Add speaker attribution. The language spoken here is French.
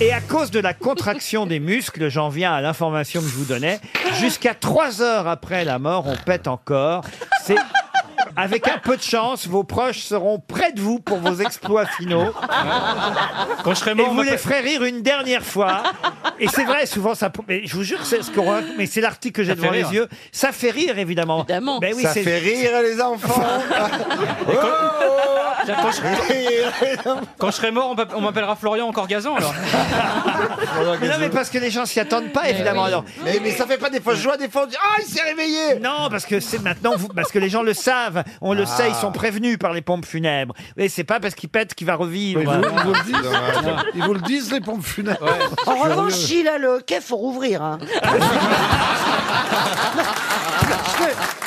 Speaker 1: Et à cause de la contraction des muscles, j'en viens à l'information que je vous donnais. Jusqu'à trois heures après la mort, on pète encore. C'est avec un peu de chance, vos proches seront près de vous pour vos exploits finaux.
Speaker 2: Quand je serai
Speaker 1: Et
Speaker 2: mort, Ah on
Speaker 1: vous
Speaker 2: va
Speaker 1: les
Speaker 2: pas-
Speaker 1: ferez rire une dernière fois. Et c'est vrai, souvent ça. mais je vous jure, c'est ce qu'on. raconte, Mais c'est l'article que j'ai
Speaker 2: fait
Speaker 1: devant les
Speaker 2: rire.
Speaker 1: yeux. Ça fait rire, évidemment.
Speaker 3: Évidemment.
Speaker 1: Ben oui,
Speaker 4: Ça
Speaker 1: c'est-
Speaker 4: fait rire les enfants. Oh,
Speaker 2: quand je,
Speaker 4: rire les enfants.
Speaker 2: quand je serai mort, on m'app- on m'appellera Florian encore gazon alors.
Speaker 1: Mais non, mais parce que les gens s'y attendent
Speaker 2: Ben
Speaker 1: pas, évidemment. alors.
Speaker 4: mais, mais ça fait pas des fausses joies, des fausses. Ah, il s'est réveillé.
Speaker 1: Non, parce que c'est maintenant, vous- parce que les gens le savent. On le sait, ils sont prévenus par les pompes funèbres. Et c'est pas parce qu'ils pètent qu'il va revivre.
Speaker 4: Dommage.
Speaker 5: Bah, Ils vous le disent, les pompes funèbres.
Speaker 6: En revanche, s'il a le quai, faut rouvrir. hein. Parce que